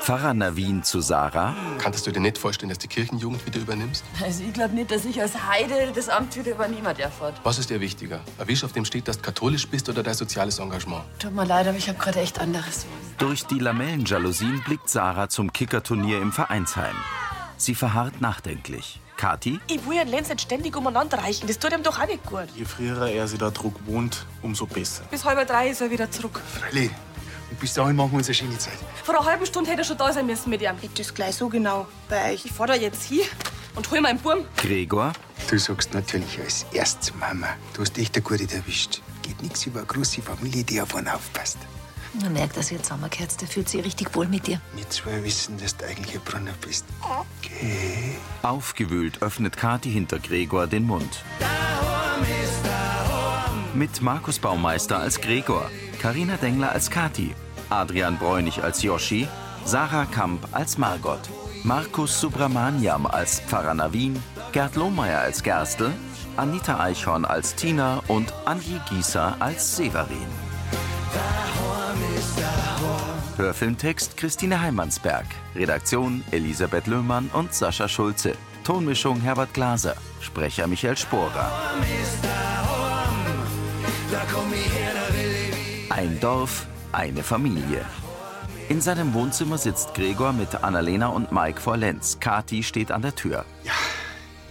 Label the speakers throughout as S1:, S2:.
S1: Pfarrer Navin zu Sarah.
S2: Kannst du dir nicht vorstellen, dass die Kirchenjugend wieder übernimmst?
S3: Also ich glaube nicht, dass ich als Heide das Amt wieder übernehmen darf.
S2: Was ist dir wichtiger? Ein Wisch, auf dem steht, dass du katholisch bist oder dein soziales Engagement?
S3: Tut mir leid, aber ich habe gerade echt anderes.
S1: Durch die Lamellenjalousien blickt Sarah zum Kickerturnier im Vereinsheim. Sie verharrt nachdenklich. Kathi?
S4: Ich will ihren Lenz nicht ständig umeinander reichen. Das tut ihm doch auch nicht gut.
S5: Je früher er sich da druck wohnt, umso besser.
S4: Bis halb drei ist er wieder zurück.
S6: Freilich. Und bis dahin machen wir uns eine schöne Zeit.
S4: Vor einer halben Stunde hätte er schon da sein müssen mit ihm.
S7: Ich das gleich so genau bei euch.
S4: Ich fahr da jetzt hin und hol meinen Burm.
S1: Gregor?
S6: Du sagst natürlich als erstes Mama. Du hast echt eine gute erwischt. Geht nichts über eine große Familie, die auf einen aufpasst.
S8: Man merkt, dass ihr zusammenkerzt. Der fühlt sich richtig wohl mit dir.
S6: Wir zwei wissen, dass du eigentlich ein Brunner bist. Okay.
S1: Aufgewühlt öffnet Kathi hinter Gregor den Mund. Mit Markus Baumeister als Gregor, Karina Dengler als Kathi, Adrian Bräunig als Yoshi, Sarah Kamp als Margot, Markus Subramaniam als Pfarrer Navin, Gerd Lohmeier als Gerstl, Anita Eichhorn als Tina und Andi Gießer als Severin. Hörfilmtext Christine Heimansberg. Redaktion Elisabeth Löhmann und Sascha Schulze. Tonmischung Herbert Glaser. Sprecher Michael Sporer. Ein Dorf, eine Familie. In seinem Wohnzimmer sitzt Gregor mit Annalena und Mike vor Lenz. Kati steht an der Tür.
S6: Ja,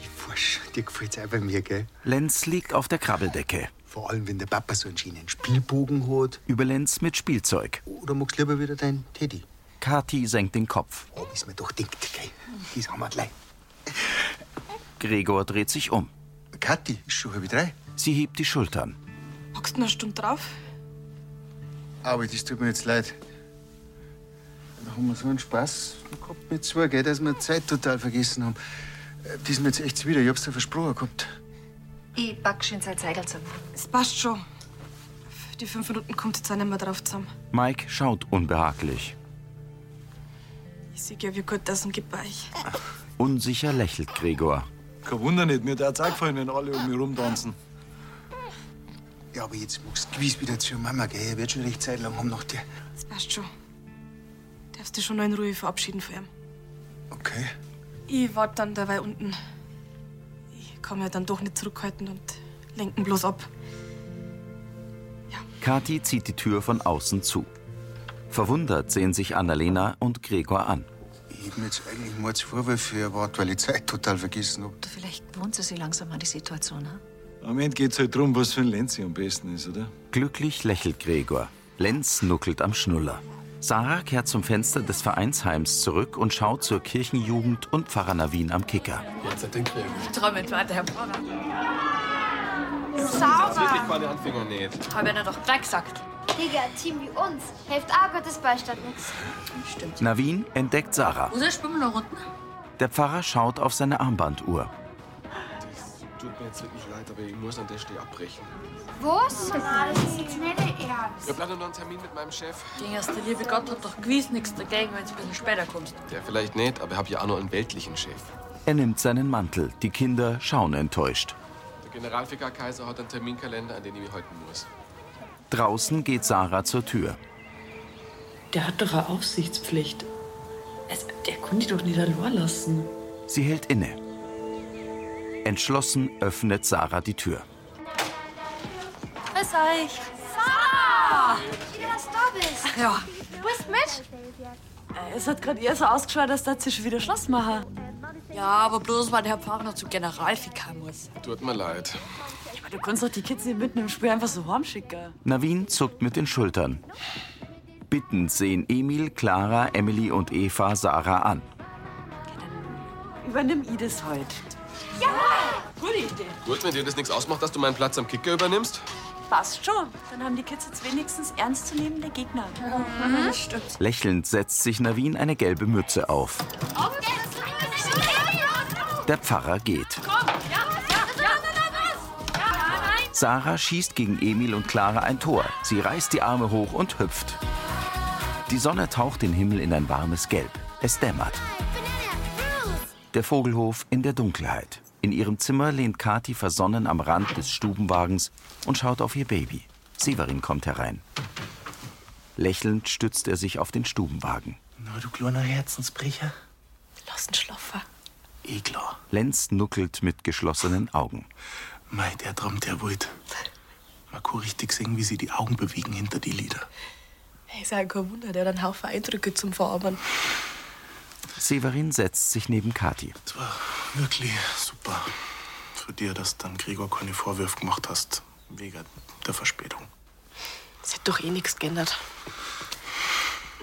S6: ich forsch. Dir gefällt's auch bei mir, gell?
S1: Lenz liegt auf der Krabbeldecke.
S6: Vor allem, wenn der Papa so einen schönen Spielbogen hat.
S1: Über Lenz mit Spielzeug.
S6: Oder magst du lieber wieder deinen Teddy?
S1: Kati senkt den Kopf.
S6: Oh, bis mir doch denkt, gell? Das haben wir gleich.
S1: Gregor dreht sich um.
S6: Kathi, ist schon halb drei.
S1: Sie hebt die Schultern.
S4: Hockst du noch eine Stunde drauf?
S6: Aber das tut mir jetzt leid. Da haben wir so einen Spaß gehabt mit zwei, gell, dass wir die Zeit total vergessen haben. Äh, Das ist mir jetzt echt zuwider. Ich hab's dir versprochen gehabt.
S8: Ich back schön sein Zeigel zusammen.
S4: Es passt schon. Die fünf Minuten kommt jetzt auch nicht mehr drauf zusammen.
S1: Mike schaut unbehaglich.
S4: Ich sehe ja, wie gut das umgibt bei euch.
S1: Unsicher lächelt Gregor.
S9: Kein Wunder nicht, mir hat's auch gefallen, wenn alle um mich rumtanzen.
S6: Ja, aber jetzt magst du gewiss wieder zur Mama, gell? Er wird schon recht Zeit lang haben nach dir.
S4: Es passt schon. Darfst dich schon noch in Ruhe verabschieden von ihm.
S6: Okay.
S4: Ich warte dann dabei unten. Ich kann mich dann doch nicht zurückhalten und lenken bloß ab.
S1: Kathi zieht die Tür von außen zu. Verwundert sehen sich Annalena und Gregor an.
S6: Ich hab mir jetzt eigentlich Mordsvorwürfe erwartet, weil ich die Zeit total vergessen hab.
S8: Du, vielleicht gewohnt sie sich langsam an die Situation. Hm?
S9: Am Ende geht's halt drum, was für ein Lenzi am besten ist, oder?
S1: Glücklich lächelt Gregor. Lenz nuckelt am Schnuller. Sarah kehrt zum Fenster des Vereinsheims zurück und schaut zur Kirchenjugend und Pfarrer Navin am Kicker.
S2: Jetzt den Kläger.
S3: Träumen weiter, Herr Brunner.
S2: Wirklich
S10: Sauber!
S2: keine Anfänger nicht.
S3: Hab ich doch gleich gesagt.
S10: Digga, ein Team wie uns. Helft auch Gottes Beistand nix.
S1: Navin entdeckt Sarah.
S3: Oder schwimmen wir noch unten?
S1: Der Pfarrer schaut auf seine Armbanduhr.
S2: Tut mir jetzt wirklich leid, aber ich muss an der Stelle abbrechen.
S10: Was? Das ist jetzt nicht der Ernst.
S2: Ich plane noch einen Termin mit meinem Chef.
S3: Ging erst der liebe Gott hat doch gewiss nichts dagegen, wenn du ein bisschen später kommst.
S2: Der vielleicht nicht, aber ich hab ja auch noch einen weltlichen Chef.
S1: Er nimmt seinen Mantel. Die Kinder schauen enttäuscht.
S2: Der Generalvikarkaiser hat einen Terminkalender, an den ich mich halten muss.
S1: Draußen geht Sarah zur Tür.
S11: Der hat doch eine Aufsichtspflicht. Also, der konnte doch nicht allein lassen.
S1: Sie hält inne. Entschlossen öffnet Sarah die Tür.
S3: Grüß euch.
S10: Sauber! Schön, dass du da bist.
S3: Ja,
S10: Willst du mit?
S3: Äh, es hat gerade eher so ausgeschaut, als dass sie schon wieder Schluss machen. Ja, aber bloß, weil der Herr Pfarrer noch zum Generalvikar muss.
S2: Tut mir leid.
S3: Aber du kannst doch die Kids nicht mitten im Spiel einfach so heimschicken.
S1: Navin zuckt mit den Schultern. Bittend sehen Emil, Clara, Emily und Eva Sarah an.
S3: Übernimm ich das heute.
S2: Gut, wenn dir das nichts ausmacht, dass du meinen Platz am Kicker übernimmst.
S3: Passt schon. Dann haben die Kids jetzt wenigstens ernstzunehmende Gegner. Mhm.
S1: Lächelnd setzt sich Navin eine gelbe Mütze auf.
S10: Auf geht's!
S1: Der Pfarrer geht. Sarah schießt gegen Emil und Clara ein Tor. Sie reißt die Arme hoch und hüpft. Die Sonne taucht den Himmel in ein warmes Gelb. Es dämmert. Der Vogelhof in der Dunkelheit. In ihrem Zimmer lehnt Kathi versonnen am Rand des Stubenwagens und schaut auf ihr Baby. Severin kommt herein. Lächelnd stützt er sich auf den Stubenwagen.
S5: Na, du kleiner Herzensbrecher.
S4: Lass ihn schlafen.
S5: Eh klar.
S1: Lenz nuckelt mit geschlossenen Augen.
S5: Mei, der träumt der wollt. Man kann richtig sehen, wie sie die Augen bewegen hinter die Lider.
S4: Hey, ist ja kein Wunder, der hat einen Haufen Eindrücke zum Verarbeiten.
S1: Severin setzt sich neben Kathi.
S5: Das war wirklich super. Für dir, dass dann Gregor keine Vorwürfe gemacht hast. Wegen der Verspätung.
S4: Es hat doch eh nichts geändert.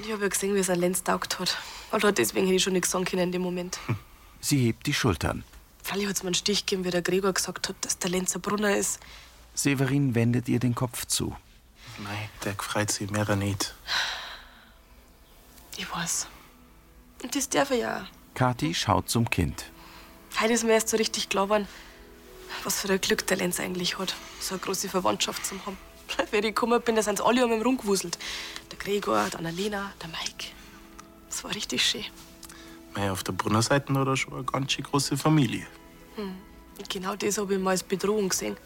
S4: Ich habe ja gesehen, wie es ein Lenz taugt hat. Oder deswegen hätte ich schon nichts sagen können in dem Moment.
S1: Sie hebt die Schultern.
S4: Vielleicht hat es mir einen Stich gegeben, wie der Gregor gesagt hat, dass der Lenz ein Brunner ist.
S1: Severin wendet ihr den Kopf zu.
S5: Mei, der freut sich mehr nicht.
S4: Ich weiß. Und das darf er ja
S1: Kathi schaut zum Kind.
S4: auch. Heute ist mir erst so richtig klar geworden, was für ein Glück der Lenz eigentlich hat, so eine große Verwandtschaft zu haben. Wenn ich gekommen bin, da sind sie alle um ihn rumgewuselt. Der Gregor, die Annalena, der Mike. Das war richtig schön.
S5: Mei, auf der Brunnerseite hat er schon eine ganz schön große Familie.
S4: Hm. Und Genau das habe ich mal als Bedrohung gesehen.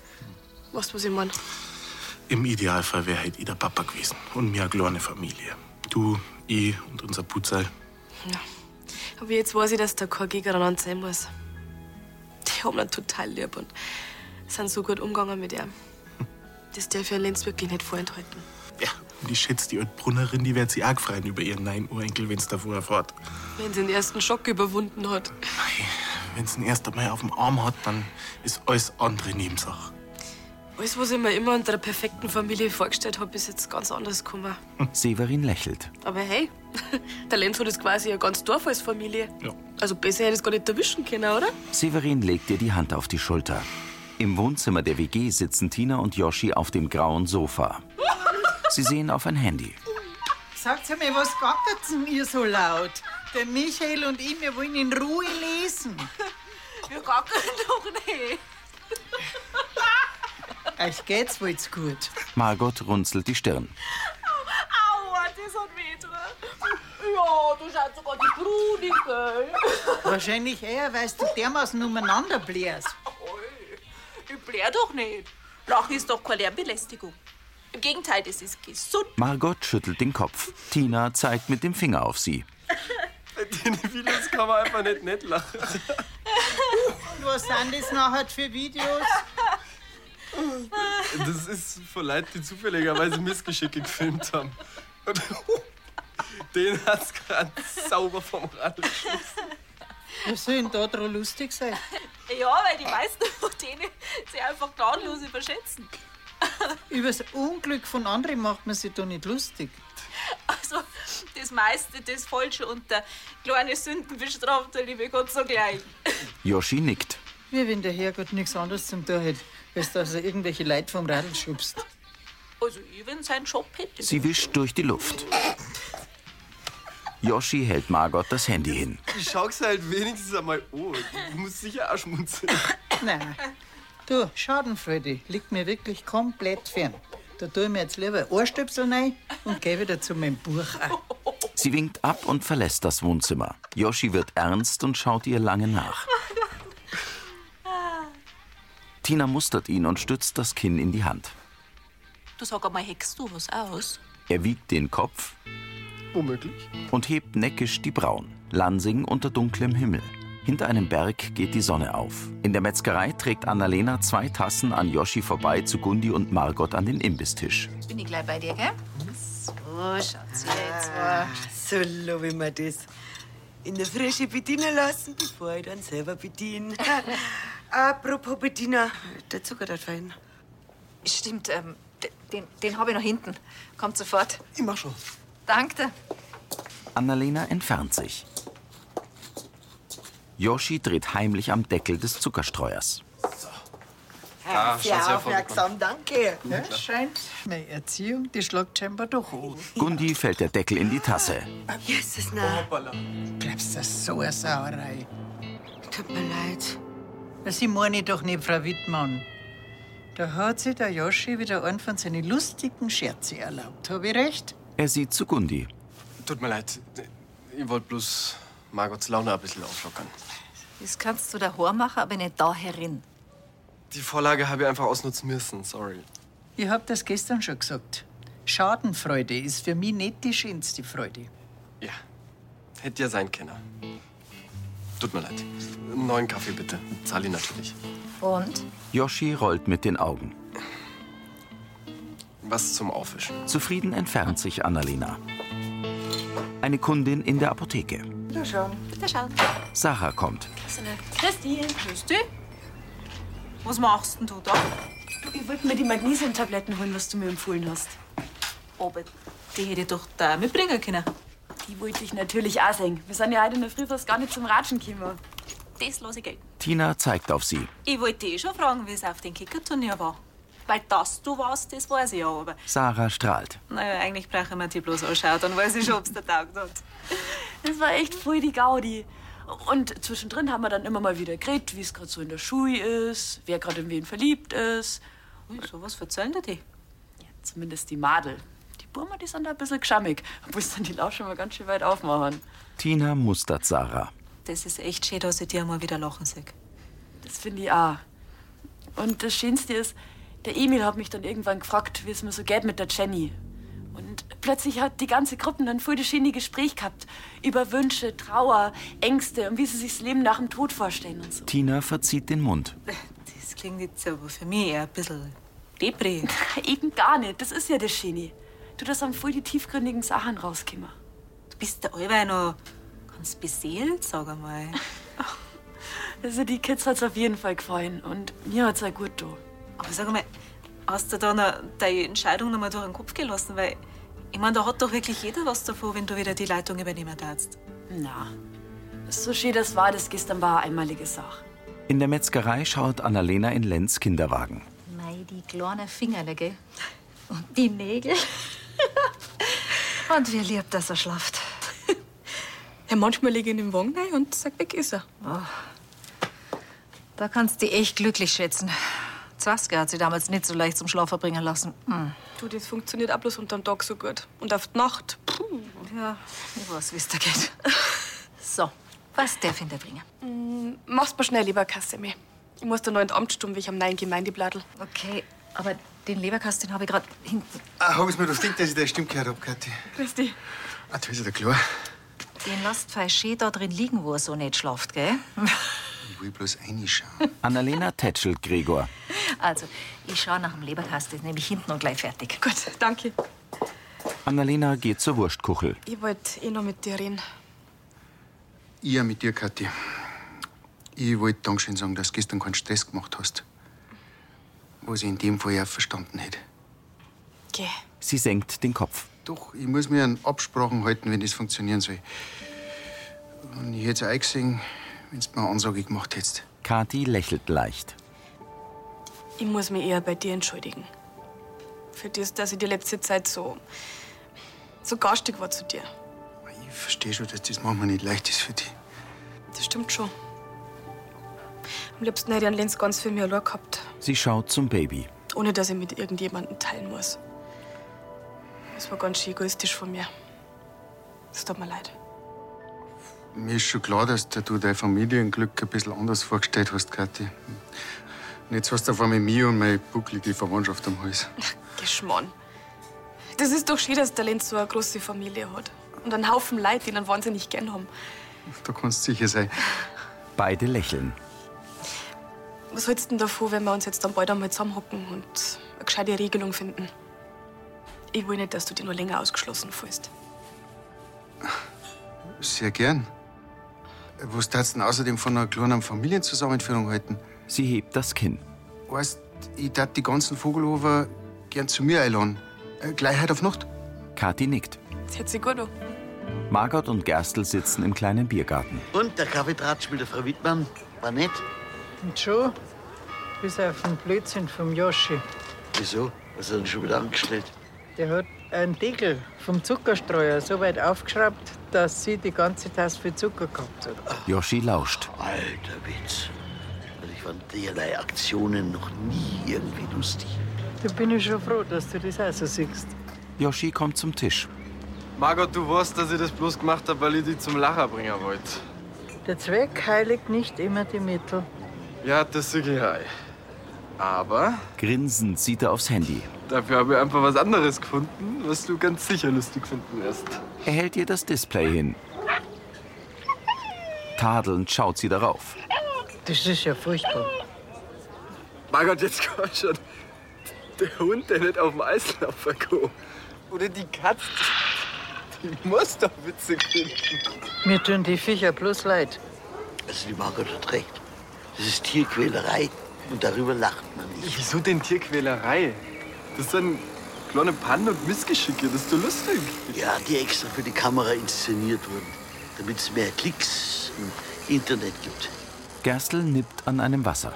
S4: Weißt du, was ich meine?
S5: Im Idealfall wäre halt ich der Papa gewesen und mir eine kleine Familie. Du, ich und unser Putzerl.
S4: Ja. Aber jetzt weiß ich, dass da kein Gegeneinander sein muss. Die haben ihn total lieb und sind so gut umgegangen mit ihm. Das darf ja Lenz wirklich nicht vorenthalten.
S5: Und ich schätze, die Altbrunnerin, die wird sich auch freuen über ihren neuen Urenkel, wenn's davor erfahrt.
S4: Wenn sie den ersten Schock überwunden hat.
S5: Wenn's ihn erst einmal auf dem Arm hat, dann ist alles andere Nebensache.
S4: Alles, was ich mir immer unter einer perfekten Familie vorgestellt habe, ist jetzt ganz anders gekommen.
S1: Severin lächelt.
S4: Aber hey, der Lenz hat jetzt quasi ein ganz Dorf als Familie. Also besser hätte ich es gar nicht erwischen können, oder?
S1: Severin legt ihr die Hand auf die Schulter. Im Wohnzimmer der WG sitzen Tina und Yoshi auf dem grauen Sofa. Sie sehen auf ein Handy.
S12: Sagt mir, was gackert denn ihr so laut? Der Michael und ich, wir wollen in Ruhe lesen.
S3: Wir gackern doch nicht.
S12: Euch geht's wohl zu gut.
S1: Margot runzelt die Stirn.
S3: Aua, das hat weh drin. Ja, du schaust sogar die Bruni, gell?
S12: Wahrscheinlich eher, weil du dermaßen umeinander blärst.
S3: Ich blär doch nicht. Lachen ist doch keine Lärmbelästigung. Im Gegenteil, das ist gesund.
S1: Margot schüttelt den Kopf. Tina zeigt mit dem Finger auf sie.
S13: Bei den Videos kann man einfach nicht nett lachen.
S12: Und was sind das nachher für Videos?
S13: Das ist von Leuten, die zufälligerweise Missgeschicke gefilmt haben. Und den hat's gerade sauber vom Rad geschossen.
S12: Was soll denn da dran lustig sein?
S3: Ja, weil die meisten von denen sich einfach gnadenlos überschätzen.
S12: Über das Unglück von anderen macht man sich doch nicht lustig.
S3: Also, das meiste, das Falsche und der kleine Sünden bestraft der liebe Gott so gleich.
S1: Yoshi nickt.
S12: Wie wenn der Herrgott nichts anderes zum tun hätte, als dass er irgendwelche Leute vom Radl schubst.
S3: Also, ich, wenn sein Job hätte.
S1: Sie wischt durch die Luft. Yoshi hält Margot das Handy hin.
S13: Ich schau's halt wenigstens einmal an. Du musst sicher auch schmunzeln.
S12: Nein. Du, Schadenfreude Oh, liegt mir wirklich komplett fern. Da tue ich mir jetzt lieber ein Ohrstöpsel rein und gehe wieder zu meinem Buch an.
S1: Sie winkt ab und verlässt das Wohnzimmer. Yoshi wird ernst und schaut ihr lange nach. Tina mustert ihn und stützt das Kinn in die Hand.
S3: Du sag einmal, heckst du was aus?
S1: Er wiegt den Kopf
S13: Womöglich.
S1: und hebt neckisch die Brauen. Lansing unter dunklem Himmel. Hinter einem Berg geht die Sonne auf. In der Metzgerei trägt Annalena zwei Tassen an Yoshi vorbei zu Gundi und Margot an den Imbistisch.
S8: Jetzt bin ich gleich bei dir, gell? So, schaut's hier jetzt mal.
S14: So lobe ich mir das. In der Frische bedienen lassen, bevor ich dann selber bediene. Apropos bedienen, der Zucker da fein.
S8: Stimmt, ähm, d- den, den habe ich noch hinten. Kommt sofort.
S13: Ich mach schon.
S8: Danke.
S1: Annalena entfernt sich. Yoshi dreht heimlich am Deckel des Zuckerstreuers.
S13: Ah,
S12: Sehr
S13: schon sehr
S12: aufmerksam, danke.
S1: Ja,
S12: Ja, scheint, meine Erziehung, die schlägt scheinbar doch an.
S1: Gundi fällt der Deckel in die Tasse.
S12: Jesus, na. Glaubst du, das ist so eine Sauerei? Tut mir leid. Sie meine ich doch nicht, Frau Wittmann. Da hat sich der Joschi wieder einen von seinen lustigen Scherzen erlaubt. Habe ich recht?
S1: Er sieht zu Gundi.
S13: Tut mir leid. Ich wollte bloß Margots Laune ein bisschen auflockern.
S8: Das kannst du daheim machen, aber nicht da herin.
S13: Die Vorlage habe ich einfach ausnutzen müssen, sorry.
S12: Ich hab das gestern schon gesagt. Schadenfreude ist für mich nicht die schönste Freude.
S13: Ja. Hätte ja sein können. Tut mir leid. Einen neuen Kaffee bitte. Zahle ihn natürlich.
S8: Und?
S1: Yoshi rollt mit den Augen.
S13: Was zum Aufwischen.
S1: Zufrieden entfernt sich Annalena. Eine Kundin in der Apotheke.
S8: Bitte schauen. Bitte schauen.
S1: Sarah kommt.
S3: Christi.
S7: Grüß dich. Was machst denn du da?
S3: Du, ich wollte mir die Magnesiumtabletten holen, was du mir empfohlen hast.
S7: Aber die hätte ich doch da mitbringen können.
S3: Die wollte ich natürlich auch sehen. Wir sind ja heute in der Früh fast gar nicht zum Ratschen gekommen.
S7: Das lasse ich gelten.
S1: Tina zeigt auf sie.
S7: Ich wollte eh schon fragen, wie es auf dem Kickerturnier war. Weil dass du warst, das weiß ich ja, aber.
S1: Sarah strahlt.
S7: Naja, eigentlich brauche ich mir die bloß anschauen, dann weiß ich schon, ob's der Tag hat.
S3: Das war echt voll die Gaudi. Und zwischendrin haben wir dann immer mal wieder geredet, wie es gerade so in der Schule ist, wer gerade in wen verliebt ist.
S7: Ui, sowas verzeihen dir die?
S3: Ja, zumindest die Madel. Die Burma, die sind da ein bisschen geschammig, obwohl es dann die Lausche mal ganz schön weit aufmachen.
S1: Tina mustert Sarah.
S7: Das ist echt schön, dass ich dir mal wieder lachen sehe.
S3: Das finde ich auch. Und das Schönste ist, der Emil hat mich dann irgendwann gefragt, wie es mir so geht mit der Jenny. Und plötzlich hat die ganze Gruppe dann voll das schöne Gespräch gehabt. Über Wünsche, Trauer, Ängste und wie sie sich das Leben nach dem Tod vorstellen und so.
S1: Tina verzieht den Mund.
S7: Das klingt jetzt aber für mich eher ein bisschen depri.
S3: Eben gar nicht, das ist ja das Schöne. Du, da sind voll die tiefgründigen Sachen rausgekommen.
S7: Du bist der allweil noch ganz beseelt, sag einmal.
S3: Also die Kids hat's auf jeden Fall gefallen und mir hat's auch gut getan.
S7: Aber sag mal, hast du da noch deine Entscheidung noch mal durch den Kopf gelassen? Weil, ich meine, da hat doch wirklich jeder was davon, wenn du wieder die Leitung übernehmen darfst.
S3: Na, so schön das war, das gestern war eine einmalige Sache.
S1: In der Metzgerei schaut Annalena in Lenz Kinderwagen.
S8: Mei, die kleinen Fingerle, gell? Und die Nägel. und wie lieb, dass er schlaft.
S4: Ja, manchmal liege ich in den Wagen rein und sag, weg ist er.
S8: Oh. Da kannst du dich echt glücklich schätzen. Zwaske hat sie damals nicht so leicht zum Schlafen bringen lassen. Hm.
S4: Du, das funktioniert auch bloß unterm Tag so gut. Und auf die Nacht, puh.
S8: Ja, ich weiß, wie es da geht. So, was darf ich dir bringen?
S4: Mm, Mach's mal schnell, lieber Kassemi. Ich muss da noch in die Amtsstunde, weil ich am neuen Gemeindebladel.
S8: Okay, aber den Leberkasten habe ich gerade hinten.
S6: Ah, hab ich's mir durchdenkt, dass ich deine Stimme gehört hab, Kathi.
S4: Grüß dich.
S6: Ah, du ist ja klar.
S8: Den lasst fein schön da drin liegen, wo er so nicht schlaft, gell?
S6: Ich will bloß reinschauen.
S1: Annalena tätschelt Gregor.
S8: Also, ich schaue nach dem Leberkasten, den nehme ich hinten und gleich fertig.
S4: Gut, danke.
S1: Annalena geht zur Wurstkuchel.
S4: Ich wollte eh noch mit dir reden.
S6: Ich auch mit dir, Kathi. Ich wollte Dankeschön sagen, dass du gestern keinen Stress gemacht hast. Was ich in dem Fall ja verstanden hätte.
S4: Geh.
S1: Sie senkt den Kopf.
S6: Doch, ich muss mir an Absprachen halten, wenn das funktionieren soll. Und ich hätte es auch gesehen, wenn du mir eine Ansage gemacht hättest.
S1: Kathi lächelt leicht.
S4: Ich muss mich eher bei dir entschuldigen. Für das, dass ich die letzte Zeit so. so garstig war zu dir.
S6: Ich verstehe schon, dass das manchmal nicht leicht ist für dich.
S4: Das stimmt schon. Am liebsten hätte ich einen Lenz ganz für mich allein gehabt,
S1: Sie schaut zum Baby.
S4: ohne dass ich mit irgendjemandem teilen muss. Das war ganz schön egoistisch von mir. Es tut mir leid.
S6: Mir ist schon klar, dass du dein Familienglück ein bisschen anders vorgestellt hast, Kathi. Und jetzt hast du auf einmal mich und meine bucklige Verwandtschaft am Hals.
S4: Geschmon. Das ist doch schön, dass der Lenz so eine große Familie hat. Und einen Haufen Leute, die ihn wahnsinnig gern haben.
S6: Da kannst du sicher sein.
S1: Beide lächeln.
S4: Was hältst du denn davon, wenn wir uns jetzt dann bald einmal zusammenhocken und eine gescheite Regelung finden? Ich will nicht, dass du dir nur länger ausgeschlossen fühlst.
S6: Sehr gern. Was darfst du denn außerdem von einer kleinen Familienzusammenführung halten?
S1: Sie hebt das Kinn.
S6: Weißt, ich darf die ganzen Vogelhofer gern zu mir einladen. Äh, gleich heute auf Nacht.
S1: Kathi nickt.
S4: Das hört sich gut an.
S1: Margot und Gerstl sitzen im kleinen Biergarten.
S15: Und der Kaffeetratsch mit der Frau Wittmann war nett.
S12: Und schon? Bis auf den Blödsinn vom Joschi.
S15: Wieso? Was hat er denn schon wieder angestellt?
S12: Der hat einen Deckel vom Zuckerstreuer so weit aufgeschraubt, dass sie die ganze Tasse für Zucker gehabt hat.
S1: Yoshi lauscht.
S15: Alter Witz. Also ich fand derlei Aktionen noch nie irgendwie lustig.
S12: Da bin ich schon froh, dass du das auch so siehst.
S1: Yoshi kommt zum Tisch.
S13: Margot, du weißt, dass ich das bloß gemacht habe, weil ich dich zum Lacher bringen wollte.
S12: Der Zweck heiligt nicht immer die Mittel.
S13: Ja, das sehe ich auch. Aber
S1: Grinsend sieht er aufs Handy.
S13: dafür habe ich einfach was anderes gefunden, was du ganz sicher lustig finden wirst.
S1: Er hält ihr das Display hin. tadelnd schaut sie darauf.
S12: Das ist ja furchtbar.
S13: Mein Gott, jetzt komm schon. Der Hund, der nicht auf dem Eis laufen kann. Oder die Katze. Die muss doch Witze finden.
S12: Mir tun die Viecher bloß leid.
S15: Also die Margot hat recht. Das ist Tierquälerei und darüber lacht man nicht.
S13: Wieso denn Tierquälerei? Das sind kleine Pannen und Missgeschicke, das ist doch lustig.
S15: Ja, die extra für die Kamera inszeniert wurden, damit es mehr Klicks im Internet gibt.
S1: Gerstl nippt an einem Wasser.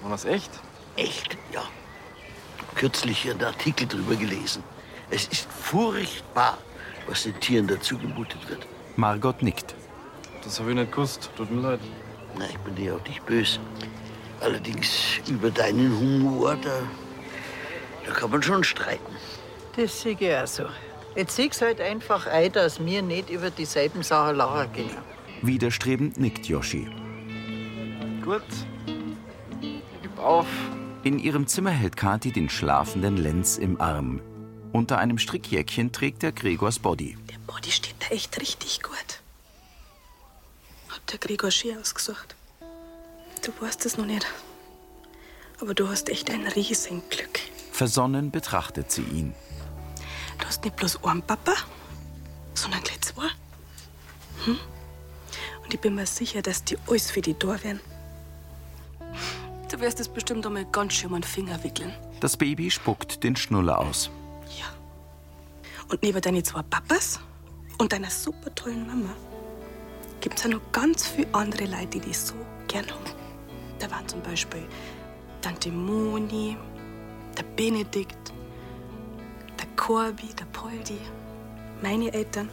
S15: War das echt? Echt, ja. Kürzlich einen Artikel drüber gelesen. Es ist furchtbar, was den Tieren dazu gemutet wird.
S1: Margot nickt.
S15: Das habe ich nicht gewusst. Tut mir leid. Na, ich bin dir auch nicht böse. Allerdings über deinen Humor, da, äh, da kann man schon streiten.
S12: Das sehe ich auch so. Jetzt sehe ich halt einfach ein, dass wir nicht über dieselben Sachen lachen können.
S1: Widerstrebend nickt Yoshi.
S13: Gut. Gib auf.
S1: In ihrem Zimmer hält Kathi den schlafenden Lenz im Arm. Unter einem Strickjäckchen trägt er Gregors Body.
S4: Boah, Oh, die steht da echt richtig gut. Hat der Gregor schön ausgesucht. Du weißt es noch nicht. Aber du hast echt ein riesen Glück.
S1: Versonnen betrachtet sie ihn.
S4: Du hast nicht bloß einen Papa, sondern gleich zwei. Hm? Und ich bin mir sicher, dass die alles für die da werden. Du wirst es bestimmt einmal ganz schön um den Finger wickeln.
S1: Das Baby spuckt den Schnuller aus.
S4: Und neben deinen zwei Papas und deiner super tollen Mama gibt es ja noch ganz viele andere Leute, die dich so gern haben. Da waren zum Beispiel Tante Moni, der Benedikt, der Corby, der Poldi, meine Eltern,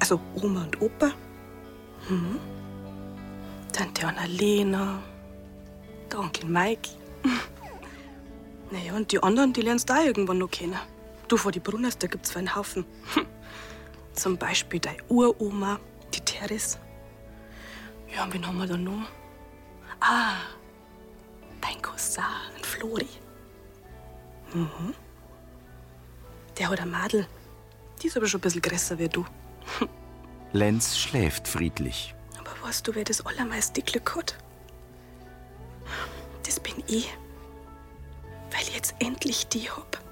S4: also Oma und Opa, mhm. Tante Annalena, der Onkel Mike. Naja, und die anderen, die lernst du auch irgendwann noch kennen. Du, vor die Brunners, da gibt's für einen Haufen. Hm. Zum Beispiel deine Uroma, die Teres. Ja, und wen haben wir da noch? Ah, dein Cousin, ein Flori. Mhm. Der hat eine Madel. Die ist aber schon ein bisschen größer wie du.
S1: Lenz schläft friedlich.
S4: Aber weißt du, wer das allermeiste Glück hat? Das bin ich. Weil ich jetzt endlich die hab.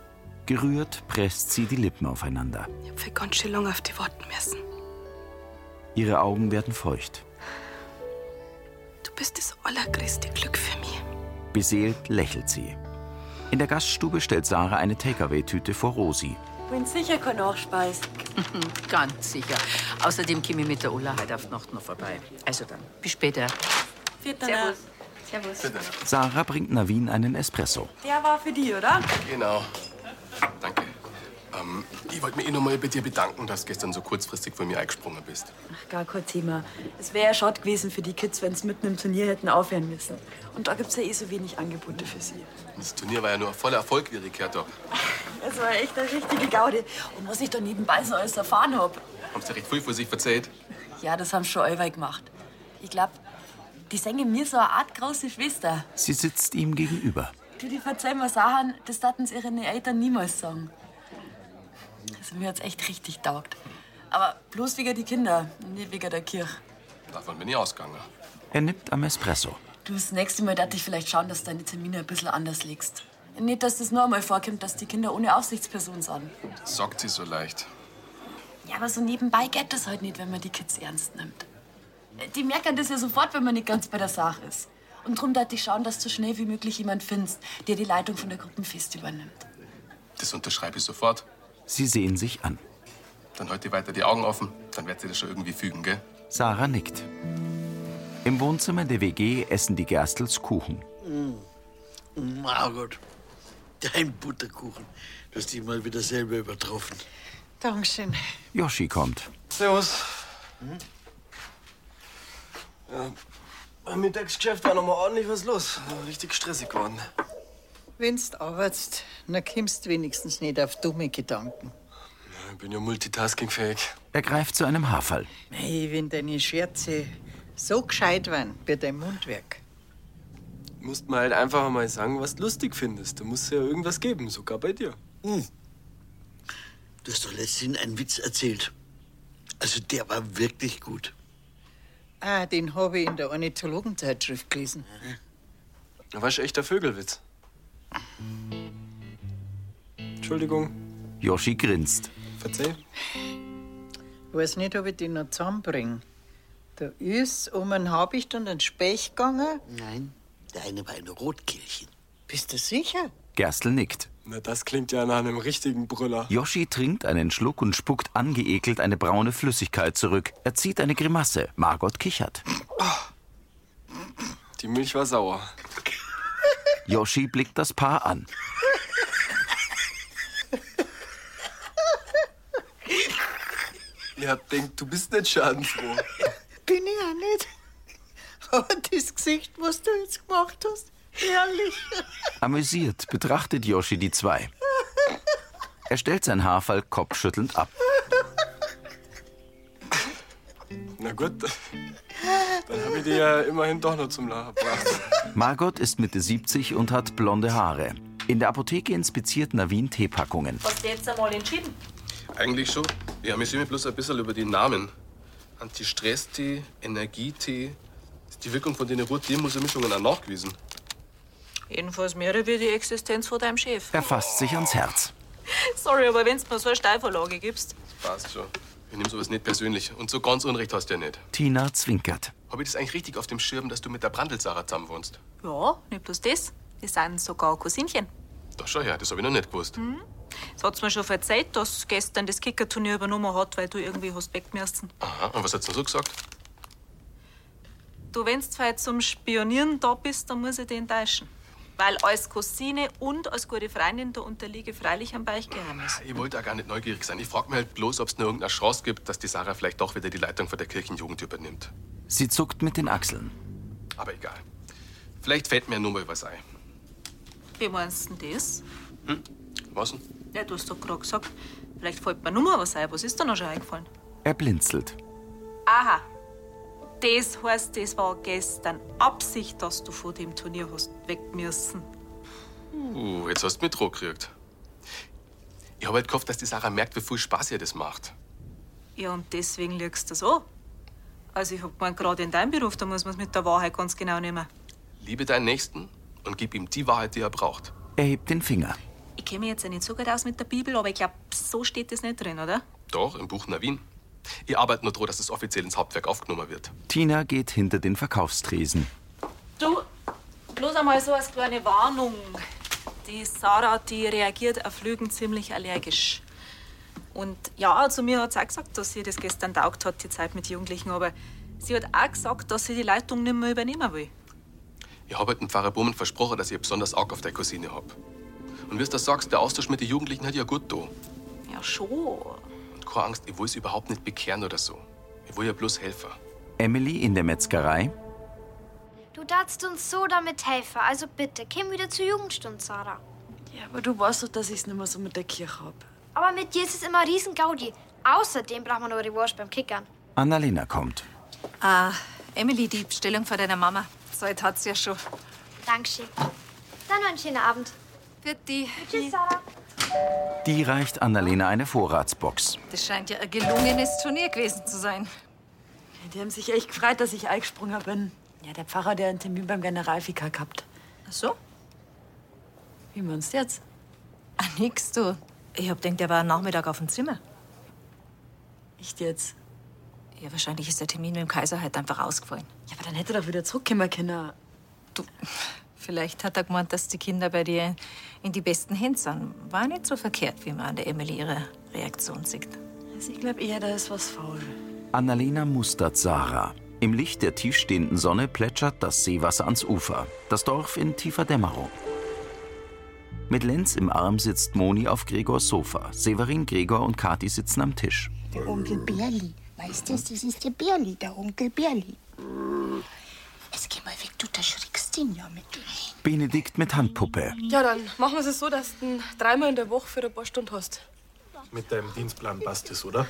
S1: Gerührt presst sie die Lippen aufeinander.
S4: Ich hab für ganz schön lange auf die warten müssen.
S1: Ihre Augen werden feucht.
S4: Du bist das allergrößte Glück für mich.
S1: Beseelt lächelt sie. In der Gaststube stellt Sarah eine Takeaway-Tüte vor Rosi.
S3: Bin sicher kein Nachspeis.
S16: Ganz sicher. Außerdem komme ich mit der Ulla heute auf die Nacht noch vorbei. Also dann, bis später.
S3: Servus. Servus.
S1: Sarah bringt Navin einen Espresso.
S3: Der war für die, oder?
S2: Genau. Danke. Ähm, ich wollte mich eh nochmal bei dir bedanken, dass du gestern so kurzfristig von mir eingesprungen bist.
S3: Ach, gar kein Thema. Es wäre ja schade gewesen für die Kids, wenn sie mitten im Turnier hätten aufhören müssen. Und da gibt's ja eh so wenig Angebote für sie.
S2: Das Turnier war ja nur ein voller Erfolg, wie ich gehört habe.
S3: Es war echt eine richtige Gaude. Und was ich da nebenbei so alles erfahren hab.
S2: Haben sie recht viel von sich erzählt?
S3: Ja, das haben schon allweil gemacht. Ich glaub, die singen mir so eine Art große Schwester.
S1: Sie sitzt ihm gegenüber.
S3: Du, die verzeih mir Sachen, das taten ihre Eltern niemals sagen. Also mir hat's echt richtig taugt. Aber bloß wegen die Kinder, nicht wegen der Kirche.
S2: Davon bin ich ausgegangen.
S1: Er nippt am Espresso.
S3: Du, das nächste Mal darf ich vielleicht schauen, dass du deine Termine ein bisschen anders legst. Nicht, dass das nur einmal vorkommt, dass die Kinder ohne Aufsichtsperson sind.
S2: Das sagt sie so leicht.
S3: Ja, aber so nebenbei geht das halt nicht, wenn man die Kids ernst nimmt. Äh, Die merken das ja sofort, wenn man nicht ganz bei der Sache ist. Und darum darf ich schauen, dass du so schnell wie möglich jemand findest, der die Leitung von der Gruppenfest übernimmt.
S2: Das unterschreibe ich sofort.
S1: Sie sehen sich an.
S2: Dann heute weiter die Augen offen, dann wird sie das schon irgendwie fügen, gell?
S1: Sarah nickt. Im Wohnzimmer der WG essen die Gerstels Kuchen.
S15: Margot, dein Butterkuchen. Du hast dich mal wieder selber übertroffen.
S12: Dankeschön.
S1: Yoshi kommt.
S13: Servus. Ja, beim Mittagsgeschäft war noch mal ordentlich was los. War Richtig stressig geworden.
S12: Wenn's du arbeitest, dann kommst du wenigstens nicht auf dumme Gedanken.
S13: Ich bin ja multitaskingfähig.
S1: Er greift zu einem Haarfall.
S12: Hey, wenn deine Scherze so gescheit waren bei deinem Mundwerk.
S13: Du musst mir halt einfach mal sagen, was du lustig findest. Da muss ja irgendwas geben, sogar bei dir.
S15: Du hast doch letztens einen Witz erzählt. Also der war wirklich gut.
S12: Ah, den habe ich in der Ornithologenzeitschrift gelesen.
S17: Wasch echter Vögelwitz. Entschuldigung,
S1: Yoshi grinst.
S17: verzeih.
S12: Weiß nicht, ob ich den noch zusammenbringe. Da ist um einen Habicht und einen Spech gegangen.
S14: Nein,
S12: der eine war ein Rotkehlchen. Bist du sicher?
S1: Gerstl nickt.
S17: Na, das klingt ja nach einem richtigen Brüller.
S1: Yoshi trinkt einen Schluck und spuckt angeekelt eine braune Flüssigkeit zurück. Er zieht eine Grimasse. Margot kichert.
S17: Die Milch war sauer.
S1: Yoshi blickt das Paar an.
S17: Ihr habt denkt, du bist nicht schadenfroh.
S12: Bin ich auch nicht. Aber das Gesicht, was du jetzt gemacht hast, herrlich.
S1: Amüsiert betrachtet Yoshi die zwei. Er stellt sein Haarfall kopfschüttelnd ab.
S17: Na gut, dann habe ich dir ja immerhin doch noch zum Lachen gebracht.
S1: Margot ist Mitte 70 und hat blonde Haare. In der Apotheke inspiziert Navin Teepackungen.
S7: Hast du jetzt einmal entschieden?
S2: Eigentlich schon. Ja, wir sind mir bloß ein bisschen über die Namen. Anti-Stress-Tee, Energietee. Ist die Wirkung von den Ruhr-Demose-Mischungen auch nachgewiesen?
S7: Jedenfalls mehr wie die Existenz von deinem Chef.
S1: Er fasst sich ans Herz.
S7: Sorry, aber wenn du mir so eine Steilvorlage gibst.
S2: Passt schon. Ich nehme sowas nicht persönlich. Und so ganz Unrecht hast du ja nicht.
S1: Tina zwinkert.
S2: Hab ich das eigentlich richtig auf dem Schirm, dass du mit der Brandl-Sarah zusammen wohnst?
S7: Ja, nicht bloß das. Die sind sogar Cousinchen.
S2: Doch schon her, das habe ich noch nicht gewusst.
S7: Das hat's mir schon erzählt, dass gestern das Kickerturnier übernommen hat, weil du irgendwie hast wegmüssen.
S2: Aha, und was hat sie denn so gesagt?
S7: Du, wenn du heute zum Spionieren da bist, dann muss ich dich enttäuschen. Weil als Cousine und als gute Freundin, da unterliege freilich am Beichgeheimnis.
S2: Ich wollte auch gar nicht neugierig sein. Ich frage mich halt bloß, ob es noch irgendeine Chance gibt, dass die Sarah vielleicht doch wieder die Leitung von der Kirchenjugend übernimmt.
S1: Sie zuckt mit den Achseln.
S2: Aber egal. Vielleicht fällt mir nur mal was ein.
S7: Wie meinst du denn das?
S2: Hm? Was denn?
S7: Ja, du hast doch gerade gesagt, vielleicht fällt mir nur mal was ein. Was ist da noch schon eingefallen?
S1: Er blinzelt.
S7: Aha. Das heißt, das war gestern Absicht, dass du vor dem Turnier hast wegmüssen.
S2: Uh, jetzt hast du mich Druck gekriegt. Ich habe halt gehofft, dass die Sarah merkt, wie viel Spaß ihr das macht.
S7: Ja, und deswegen liegst du so. Also ich hab gemeint, gerade in deinem Beruf, da muss man es mit der Wahrheit ganz genau nehmen.
S2: Liebe deinen Nächsten und gib ihm die Wahrheit, die er braucht.
S1: Er hebt den Finger.
S7: Ich kenne mich jetzt ja nicht so gut aus mit der Bibel, aber ich glaube, so steht das nicht drin, oder?
S2: Doch, im Buch Navin. Ich arbeite nur daran, dass es offiziell ins Hauptwerk aufgenommen wird.
S1: Tina geht hinter den Verkaufstresen.
S7: Du, bloß einmal so als kleine Warnung. Die Sarah, die reagiert auf Lügen ziemlich allergisch. Und ja, zu mir hat sie auch gesagt, dass sie das gestern taugt hat, die Zeit mit Jugendlichen, aber sie hat auch gesagt, dass sie die Leitung nicht mehr übernehmen will.
S2: Ich habe halt dem Pfarrer Blumen versprochen, dass ich ein besonders Auge auf der Cousine hab. Und wie du das sagst, der Austausch mit den Jugendlichen hat ja gut do.
S7: Ja, schon.
S2: Und keine Angst, ich will es überhaupt nicht bekehren oder so. Ich will ja bloß helfen.
S1: Emily in der Metzgerei.
S10: Du darfst uns so damit helfen. Also bitte, komm wieder zur Jugendstunde, Sarah.
S3: Ja, aber du weißt doch, dass ich es nicht mehr so mit der Kirche hab.
S10: Aber mit dir ist es immer riesen Gaudi. Außerdem braucht man noch Revanche beim Kickern.
S1: Annalena kommt.
S8: Ah, Emily, die Bestellung von deiner Mama. Zeit hat's ja schon.
S10: Dankeschön. Dann noch einen schönen Abend.
S8: Für die.
S10: Tschüss, Sarah.
S1: Die reicht Annalena eine Vorratsbox.
S8: Das scheint ja ein gelungenes Turnier gewesen zu sein.
S3: Die haben sich echt gefreut, dass ich eingesprungen bin. Ja, der Pfarrer, der einen Termin beim Generalvikar gehabt.
S8: Ach so?
S3: Wie meinst du jetzt?
S8: Ah, nix, du. Ich hab gedacht, der war am Nachmittag auf dem Zimmer.
S3: Nicht jetzt?
S8: Ja, wahrscheinlich ist der Termin mit dem Kaiser halt einfach ausgefallen.
S3: Ja, aber dann hätte er doch wieder zurückkommen können.
S8: Vielleicht hat er gemeint, dass die Kinder bei dir in die besten Hände sind. War nicht so verkehrt, wie man an der Emily ihre Reaktion sieht.
S3: Also ich glaube eher, da ist was faul.
S1: Annalena mustert Sarah. Im Licht der tiefstehenden Sonne plätschert das Seewasser ans Ufer. Das Dorf in tiefer Dämmerung. Mit Lenz im Arm sitzt Moni auf Gregors Sofa. Severin, Gregor und Kathi sitzen am Tisch.
S18: Der Onkel Berli. Weißt du, das ist der Berli, der Onkel Berli. Jetzt geh mal weg, du, da schrickst ihn ja mit.
S1: Benedikt mit Handpuppe.
S4: Ja, dann machen wir es so, dass du ihn dreimal in der Woche für ein paar Stunden hast.
S5: Mit deinem Dienstplan passt es, oder?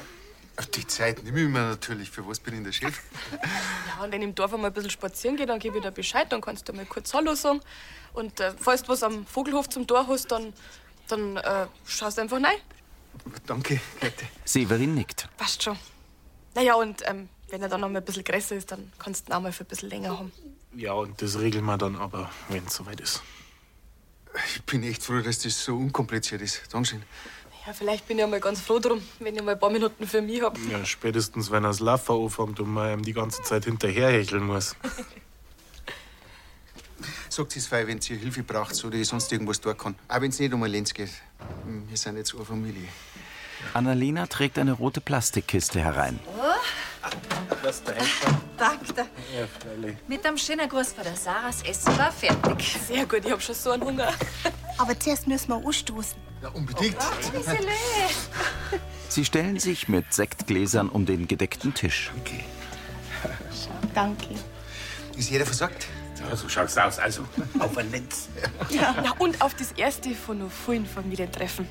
S6: Die Zeit nehme ich mir natürlich. Für was bin ich der Chef?
S4: Ja, und wenn ich im Dorf einmal ein bisschen spazieren gehe, dann gebe ich dir Bescheid, dann kannst du mal kurz Hallo sagen. Und äh, falls du was am Vogelhof zum Tor hast, dann, dann äh, schaust einfach rein.
S5: Danke, Käthe.
S1: Severin nickt.
S4: Passt schon. Naja, und ähm, Wenn er dann noch mal ein bisschen größer ist, dann kannst du ihn auch mal für ein bisschen länger haben.
S5: Ja, und das regeln wir dann aber, wenn es soweit ist.
S6: Ich bin echt froh, dass das so unkompliziert ist. Dankeschön.
S4: Ja, vielleicht bin ich mal ganz froh drum, wenn ich mal ein paar Minuten für mich habe.
S5: Ja, spätestens, wenn er das Laffer anfängt und man ihm die ganze Zeit hinterherhecheln muss.
S6: Sagt es frei, wenn ihr Hilfe braucht oder ich sonst irgendwas tun kann. Auch wenn es nicht um eine Lenz geht. Hm, Wir sind jetzt eine Familie.
S1: Annalena trägt eine rote Plastikkiste herein.
S5: Was da
S8: Danke.
S5: Ja, freilich.
S8: Mit einem schönen Gruß von der Sarah. Das Essen war fertig.
S4: Sehr gut, ich hab schon so einen Hunger.
S18: Aber zuerst müssen wir anstoßen.
S6: Ja, unbedingt.
S1: Sie stellen sich mit Sektgläsern um den gedeckten Tisch.
S18: Danke.
S6: Ist jeder versorgt?
S19: Ja, so schaut's aus. Also, auf ein Lenz.
S4: Ja. Na, und auf das erste von noch vielen Familientreffen.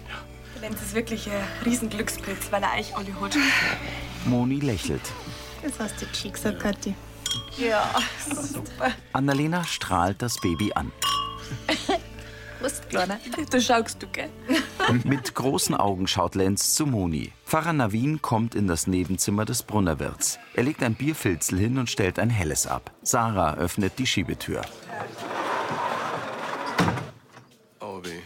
S4: Der Lenz ist wirklich ein Riesenglückspilz, weil er euch alle hat.
S1: Moni lächelt.
S18: Das hast du geschickt gesagt, Kathi.
S4: Ja, super.
S1: Annalena strahlt das Baby an.
S4: Prost, Kleiner. Da schaust du, gell?
S1: Mit großen Augen schaut Lenz zu Moni. Pfarrer Navin kommt in das Nebenzimmer des Brunnerwirts. Er legt ein Bierfilzel hin und stellt ein helles ab. Sarah öffnet die Schiebetür.
S2: Oh weh.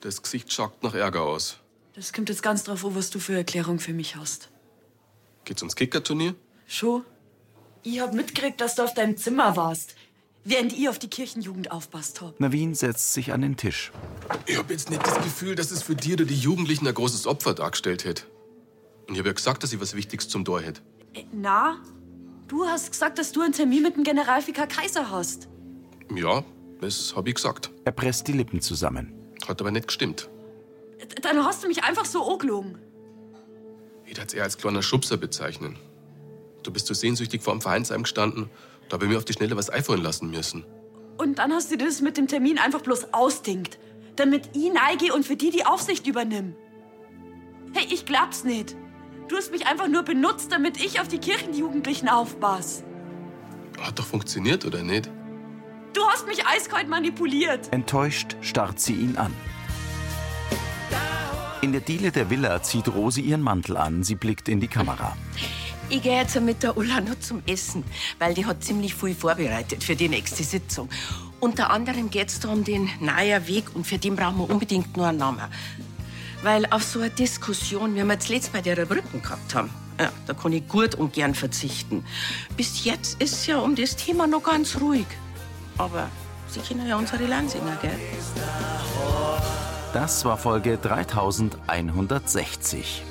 S2: Das Gesicht schaut nach Ärger aus.
S3: Das kommt jetzt ganz drauf an, was du für eine Erklärung für mich hast.
S2: Geht's ums Kickerturnier?
S3: Scho? Ich hab mitgekriegt, dass du auf deinem Zimmer warst, während ich auf die Kirchenjugend aufpasst hab.
S1: Navin setzt sich an den Tisch.
S2: Ich hab jetzt nicht das Gefühl, dass es für die oder die Jugendlichen ein großes Opfer dargestellt hätte. Und ich hab ja gesagt, dass ich was Wichtiges zum Tor hätte.
S3: Äh, Na? Du hast gesagt, dass du einen Termin mit dem Generalvikar Kaiser hast.
S2: Ja, das hab ich gesagt.
S1: Er presst die Lippen zusammen.
S2: Hat aber nicht gestimmt.
S3: D- Dann hast du mich einfach so angelogen.
S2: Ich hätte es eher als kleiner Schubser bezeichnen. Du bist so sehnsüchtig vor dem Vereinsheim gestanden. Da habe ich mir auf die Schnelle was einfallen lassen müssen.
S3: Und dann hast du dir das mit dem Termin einfach bloß ausdingt, damit ich neige und für die die Aufsicht übernimm. Hey, ich glaub's nicht. Du hast mich einfach nur benutzt, damit ich auf die Kirchenjugendlichen aufpass.
S2: Hat doch funktioniert, oder nicht?
S3: Du hast mich eiskalt manipuliert.
S1: Enttäuscht starrt sie ihn an. In der Diele der Villa zieht Rosi ihren Mantel an. Sie blickt in die Kamera.
S20: Ich gehe jetzt mit der Ulla noch zum Essen, weil die hat ziemlich viel vorbereitet für die nächste Sitzung. Unter anderem geht es da um den Neuer Weg und für den brauchen wir unbedingt nur einen Namen. Weil auf so eine Diskussion, wie wir jetzt letztes bei der Brücken gehabt haben, ja, da kann ich gut und gern verzichten. Bis jetzt ist ja um das Thema noch ganz ruhig. Aber Sie kennen ja unsere Lansinger, gell?
S1: Das war Folge 3160.